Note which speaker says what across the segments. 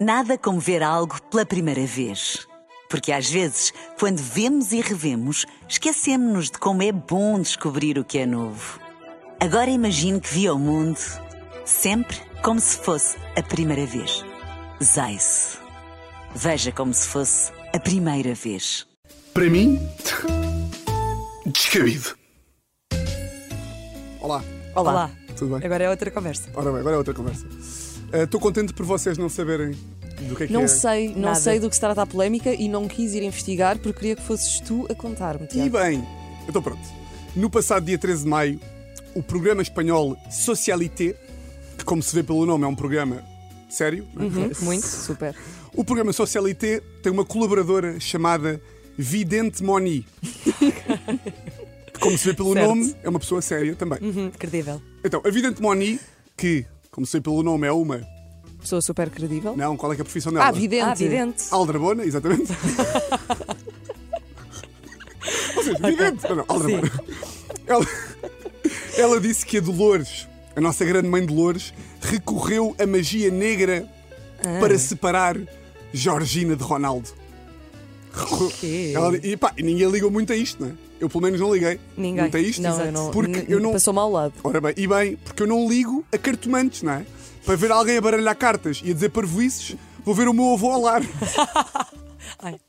Speaker 1: Nada como ver algo pela primeira vez. Porque às vezes, quando vemos e revemos, esquecemos-nos de como é bom descobrir o que é novo. Agora imagine que viu o mundo sempre como se fosse a primeira vez. Zais. Veja como se fosse a primeira vez.
Speaker 2: Para mim, descabido. Olá,
Speaker 3: Olá.
Speaker 1: Olá.
Speaker 2: tudo bem?
Speaker 3: Agora é outra conversa.
Speaker 2: Ora bem, agora é outra conversa. Eh, Estou contente por vocês não saberem do que é que
Speaker 4: Não
Speaker 2: é.
Speaker 4: sei, não
Speaker 3: Nada.
Speaker 4: sei do que se trata a polémica e não quis ir investigar porque queria que fosses tu a contar-me.
Speaker 2: E
Speaker 4: Tiago.
Speaker 2: bem, eu estou pronto. No passado dia 13 de maio, o programa espanhol Socialité, que como se vê pelo nome é um programa sério, não é?
Speaker 4: Uhum, Muito, super.
Speaker 2: o programa Socialité tem uma colaboradora chamada Vidente Moni. que como se vê pelo
Speaker 3: Certo.
Speaker 2: nome é uma pessoa séria também.
Speaker 3: Hum, credível.
Speaker 2: Então, a Vidente Moni, que como se vê pelo nome é uma...
Speaker 4: Pessoa super credível.
Speaker 2: Não, qual é que é a profissão dela?
Speaker 4: Ah, vidente.
Speaker 3: Ah, vidente.
Speaker 2: Aldrabona, exatamente. Ou seja, vidente. Não, não, Aldrabona. Ela, ela disse que a Dolores, a nossa grande mãe Dolores, recorreu à magia negra
Speaker 4: Ah.
Speaker 2: para separar Georgina de Ronaldo. Recorreu-
Speaker 3: quê?
Speaker 2: Ela- e pá, e ninguém ligou muito a isto, não é? Eu pelo menos não liguei.
Speaker 3: Ninguém.
Speaker 2: Muito a isto.
Speaker 4: Não, eu não,
Speaker 2: Porque
Speaker 4: n-
Speaker 2: eu não,
Speaker 4: Passou-me ao lado.
Speaker 2: Ora bem, e bem, porque eu não ligo a cartomantes, não é? Para ver alguém a baralhar cartas e a dizer parvoices, vou ver o meu avô alar.
Speaker 3: Ai.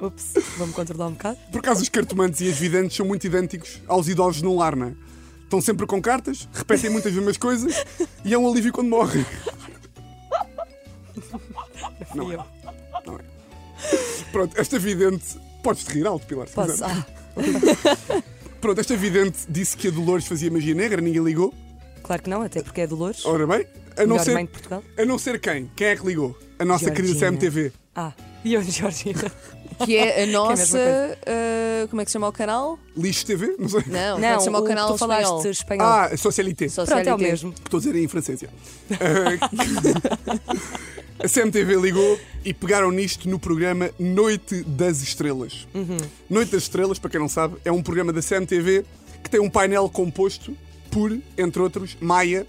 Speaker 3: Ups, vou-me controlar um bocado.
Speaker 2: Por acaso os cartomantes e as videntes são muito idênticos aos idosos num lar, não é? Estão sempre com cartas, repetem muitas mesmas coisas e é um alívio quando morrem. Não é. Não é. Pronto, esta vidente... Podes-te rir alto, Pilar, se
Speaker 3: Posso.
Speaker 2: quiser.
Speaker 3: Ah,
Speaker 2: Pronto, esta vidente disse que a Dolores fazia magia negra, ninguém ligou.
Speaker 3: claro que não, até porque é Dolores.
Speaker 2: Ora bem, a não
Speaker 3: melhor
Speaker 2: ser...
Speaker 3: mãe de Portugal.
Speaker 2: A não ser quem? Quem é que ligou? A nossa querida
Speaker 3: Georgina.
Speaker 2: CMTV.
Speaker 3: Ah, e onde Georgina?
Speaker 4: Que é a
Speaker 3: mesma
Speaker 4: nossa.
Speaker 3: coisa.
Speaker 4: ah, como é que se chama o canal?
Speaker 2: Lixo TV? Não sei.
Speaker 4: Não, como é
Speaker 3: não,
Speaker 4: que se chama o
Speaker 3: que
Speaker 4: canal
Speaker 3: tu falaste
Speaker 4: espanhol?
Speaker 3: espanhol.
Speaker 2: Ah, Socialité.
Speaker 4: Só
Speaker 3: Pronto, é o
Speaker 4: CLT.
Speaker 3: mesmo.
Speaker 2: Que Estou a dizer em francês. já. Ah, a CMTV ligou e pegaram nisto no programa Noite das Estrelas. Noite das Estrelas, para quem não sabe, é um programa da CMTV que tem um painel composto por, entre outros, Maia,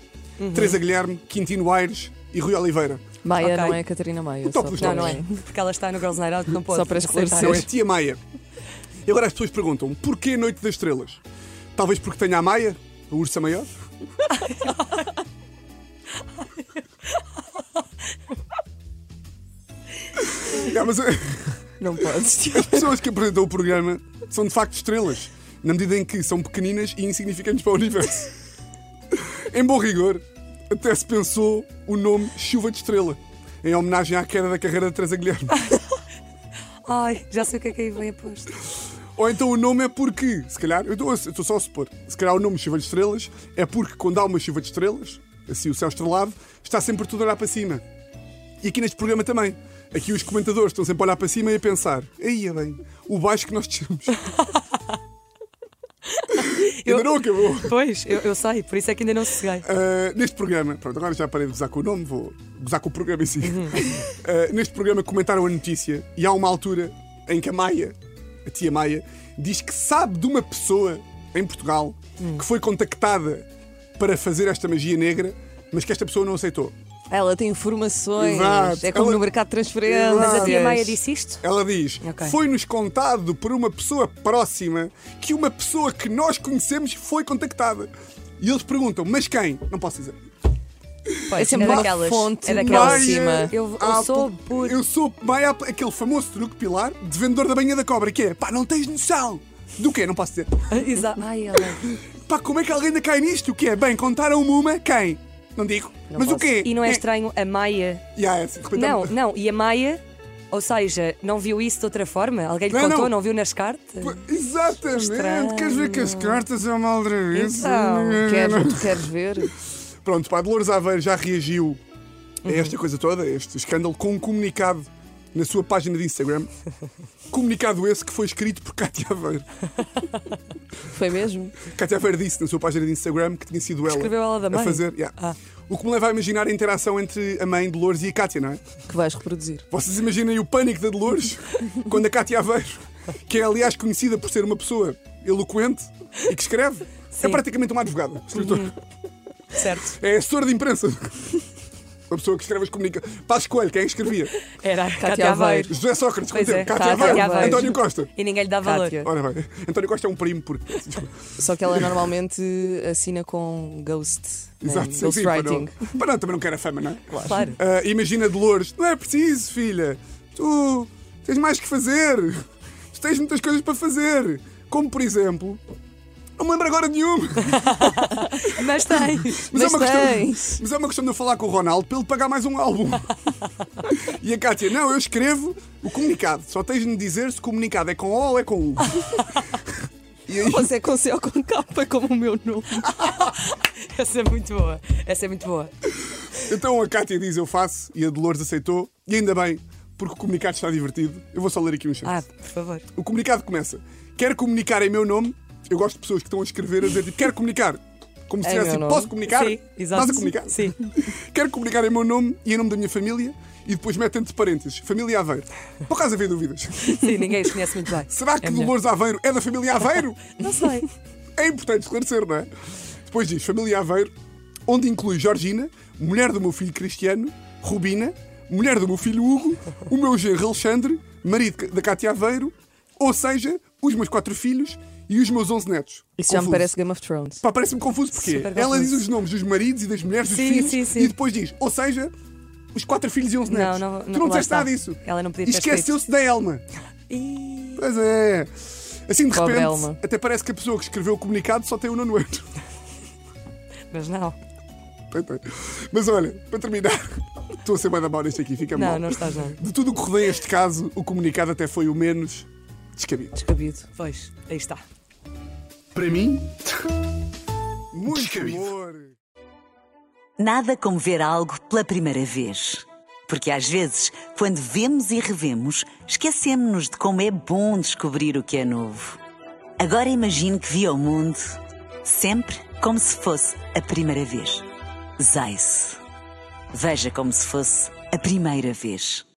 Speaker 2: Teresa Guilherme, Quintino Aires e Rui Oliveira.
Speaker 4: Maia,
Speaker 3: Ok.
Speaker 4: não é a Catarina Maia.
Speaker 2: O top
Speaker 4: só
Speaker 2: dos
Speaker 4: para-
Speaker 3: Não, não é. Porque ela está no Girls Night Out, não pode.
Speaker 4: Só para esclarecer.
Speaker 2: Não, é
Speaker 3: aceitar.
Speaker 2: Tia Maia. E agora as pessoas perguntam: porquê Noite das Estrelas? Talvez porque tenha a Maia, a ursa maior? Não, mas eh,
Speaker 3: Não podes.
Speaker 2: as pessoas que apresentam o programa são de facto estrelas, na medida em que são pequeninas e insignificantes para o universo. Em bom rigor, até se pensou o nome Chuva de Estrela, em homenagem à queda da carreira de Teresa Guilherme.
Speaker 3: Ai, já sei o que é que aí vem a posto.
Speaker 2: Ou então o nome é porque, se calhar, eu estou- eu estou só a supor, se calhar o nome Chuva de Estrelas é porque quando há uma chuva de estrelas, assim o céu estrelado, está sempre tudo a olhar para cima. E aqui neste programa também. Aqui os comentadores estão sempre a olhar para cima e a pensar: aí é bem, o baixo que nós temos. Ainda não acabou.
Speaker 3: Pois, eu, eu sei, por isso é que ainda não sosseguei.
Speaker 2: Uh, neste programa, pronto, agora já parei de gozar com o nome, vou gozar com o programa em si.
Speaker 4: Uhum.
Speaker 2: Uh, neste programa comentaram a notícia e há uma altura em que a Maia, a tia Maia, diz que sabe de uma pessoa em Portugal
Speaker 4: Hum.
Speaker 2: que foi contactada para fazer esta magia negra, mas que esta pessoa não aceitou.
Speaker 4: Ela tem informações.
Speaker 2: Exato.
Speaker 4: É como
Speaker 2: Ela-
Speaker 4: no mercado de transferências.
Speaker 2: Exato.
Speaker 3: Mas a tia
Speaker 2: Yes.
Speaker 3: Maia disse isto?
Speaker 2: Ela diz:
Speaker 3: Ok.
Speaker 2: Foi-nos contado por uma pessoa próxima que uma pessoa que nós conhecemos foi contactada. E eles perguntam: Mas quem? Não posso dizer.
Speaker 4: É sempre
Speaker 3: é
Speaker 4: uma
Speaker 3: daquelas,
Speaker 4: fonte
Speaker 3: é daquelas.
Speaker 4: lá
Speaker 2: Maia,
Speaker 4: em cima.
Speaker 3: Eu- eu
Speaker 2: Ah,
Speaker 3: sou
Speaker 2: pô,
Speaker 3: por-
Speaker 2: Eu sou Maia, aquele famoso truque pilar de vendedor da banha da cobra, que é pá, não tens noção. Do quê? Não posso dizer.
Speaker 3: Exato. Ai, ela.
Speaker 2: Pá, como é que alguém ainda cai nisto? O que é? Bem, contaram-me uma, quem? Não digo.
Speaker 4: Não
Speaker 2: Mas o
Speaker 4: posso.
Speaker 2: quê?
Speaker 3: E não é
Speaker 2: Quem?
Speaker 3: estranho a Maia
Speaker 2: Yeah, é assim, de repente há
Speaker 3: Não,
Speaker 2: uma-
Speaker 3: não, e a Maia, ou seja, não viu isso de outra forma? Alguém lhe
Speaker 2: Não,
Speaker 3: contou,
Speaker 2: não.
Speaker 3: não. viu nas cartas?
Speaker 2: Exatamente.
Speaker 3: Estranho.
Speaker 2: Queres ver que as cartas é uma outra vez?
Speaker 3: Então,
Speaker 4: Queres, tu queres ver?
Speaker 2: Pronto, pá, Dolores Aveiro já reagiu
Speaker 3: Uhum.
Speaker 2: a esta coisa toda, a este escândalo, com um comunicado na sua página de Instagram. comunicado esse que foi escrito por Cátia Aveiro.
Speaker 4: Foi mesmo?
Speaker 2: Cátia Aveiro disse na sua página de Instagram que tinha sido ela,
Speaker 3: Escreveu ela da
Speaker 2: a
Speaker 3: mãe? Ah.
Speaker 2: fazer. yeah. O que me leva a imaginar a interação entre a mãe Dolores e a Cátia, não é?
Speaker 4: Que vais reproduzir.
Speaker 2: Vocês imaginem o pânico da Dolores quando a Cátia Aveiro, que é aliás conhecida por ser uma pessoa eloquente e que escreve, é
Speaker 3: Uhum.
Speaker 2: praticamente uma advogada, escritora.
Speaker 3: Certo.
Speaker 2: É assessora de imprensa. Uma pessoa que escreve as comunica. Paz Coelho, quem é escrevia?
Speaker 3: Era a
Speaker 4: Cátia
Speaker 3: Cátia Aveiro.
Speaker 2: José Sócrates,
Speaker 3: Pois
Speaker 2: conteve.
Speaker 3: é,
Speaker 2: Cátia
Speaker 3: Cátia
Speaker 2: Aveiro,
Speaker 3: Aveiro.
Speaker 2: António Costa.
Speaker 3: E ninguém lhe dá valor.
Speaker 4: Cátia.
Speaker 2: Ora bem, António Costa é um primo, porque.
Speaker 4: Só que ela normalmente assina com ghost. né?
Speaker 2: Exato, sim, sim, para não,
Speaker 4: Ghostwriting.
Speaker 2: para não, também não quero a fama, não é?
Speaker 3: Claro.
Speaker 2: Ah, imagina Dolores, não é preciso, filha. Tu tens mais que fazer. Tu tens muitas coisas para fazer. Como, por exemplo, não me lembro agora de nenhum.
Speaker 3: Mas tem.
Speaker 2: Mas, é
Speaker 4: Mas
Speaker 2: uma questão,
Speaker 4: tens.
Speaker 2: mas é uma questão de eu falar com o Ronaldo para ele pagar mais um álbum. e a Cátia, não, eu escrevo o comunicado. Só tens de me dizer se o comunicado é com O ou é com U. e aí,
Speaker 4: Você é com C ou com K, como o meu nome.
Speaker 3: Essa é muito boa. Essa é muito boa.
Speaker 2: então a Cátia diz eu faço e a Dolores aceitou. E ainda bem, porque o comunicado está divertido. Eu vou só ler aqui um
Speaker 3: Ah,
Speaker 2: chance.
Speaker 3: por favor.
Speaker 2: O comunicado começa. Quero comunicar em meu nome. Eu gosto de pessoas que estão a escrever a dizer tipo, quero comunicar. Como se
Speaker 4: Em
Speaker 2: tivesse
Speaker 4: meu
Speaker 2: tipo,
Speaker 4: nome.
Speaker 2: posso comunicar?
Speaker 3: Sim, exato.
Speaker 2: Estás a comunicar?
Speaker 3: Sim.
Speaker 2: Quero comunicar em meu nome e em nome da minha família. E depois mete entre parênteses, família Aveiro. Por acaso haver dúvidas.
Speaker 3: Sim, ninguém os conhece muito bem.
Speaker 2: Será que
Speaker 3: É melhor.
Speaker 2: Dolores Aveiro é da família Aveiro?
Speaker 3: Não sei.
Speaker 2: É importante esclarecer, não é? Depois diz família Aveiro, onde inclui Georgina, mulher do meu filho Cristiano, Rubina, mulher do meu filho Hugo, o meu genro Alexandre, marido da Cátia Aveiro, ou seja, os meus quatro filhos e os meus 11 netos.
Speaker 4: Isso já me
Speaker 2: Confuso.
Speaker 4: parece Game of Thrones.
Speaker 2: Pá, parece-me confuso porque
Speaker 3: Super
Speaker 2: ela
Speaker 3: confuso.
Speaker 2: diz os nomes dos maridos e das mulheres dos
Speaker 3: Sim,
Speaker 2: filhos
Speaker 3: sim, sim.
Speaker 2: e depois diz, ou seja, os quatro filhos e 11
Speaker 3: Não,
Speaker 2: netos.
Speaker 3: não-
Speaker 2: tu
Speaker 3: não-
Speaker 2: não
Speaker 3: lá
Speaker 2: disseste
Speaker 3: está.
Speaker 2: nada disso.
Speaker 3: Ela não
Speaker 2: E
Speaker 3: podia ter escrito.
Speaker 2: esqueceu-se da Elma.
Speaker 3: Ih,
Speaker 2: Pois é. Assim de
Speaker 4: Pobre
Speaker 2: repente,
Speaker 4: Elma.
Speaker 2: até parece que a pessoa que escreveu o comunicado só tem o nono ano.
Speaker 3: Mas não.
Speaker 2: Mas olha, para terminar, estou a ser mais da mal neste aqui, fica
Speaker 3: Não,
Speaker 2: mal.
Speaker 3: não estás não.
Speaker 2: De tudo o que rodeia este caso, o comunicado até foi o menos descabido.
Speaker 4: Descabido.
Speaker 3: Pois, aí está.
Speaker 2: Para mim, muito amor.
Speaker 1: Nada como ver algo pela primeira vez. Porque às vezes, quando vemos e revemos, esquecemos-nos de como é bom descobrir o que é novo. Agora imagine que viu o mundo sempre como se fosse a primeira vez. Zais. Veja como se fosse a primeira vez.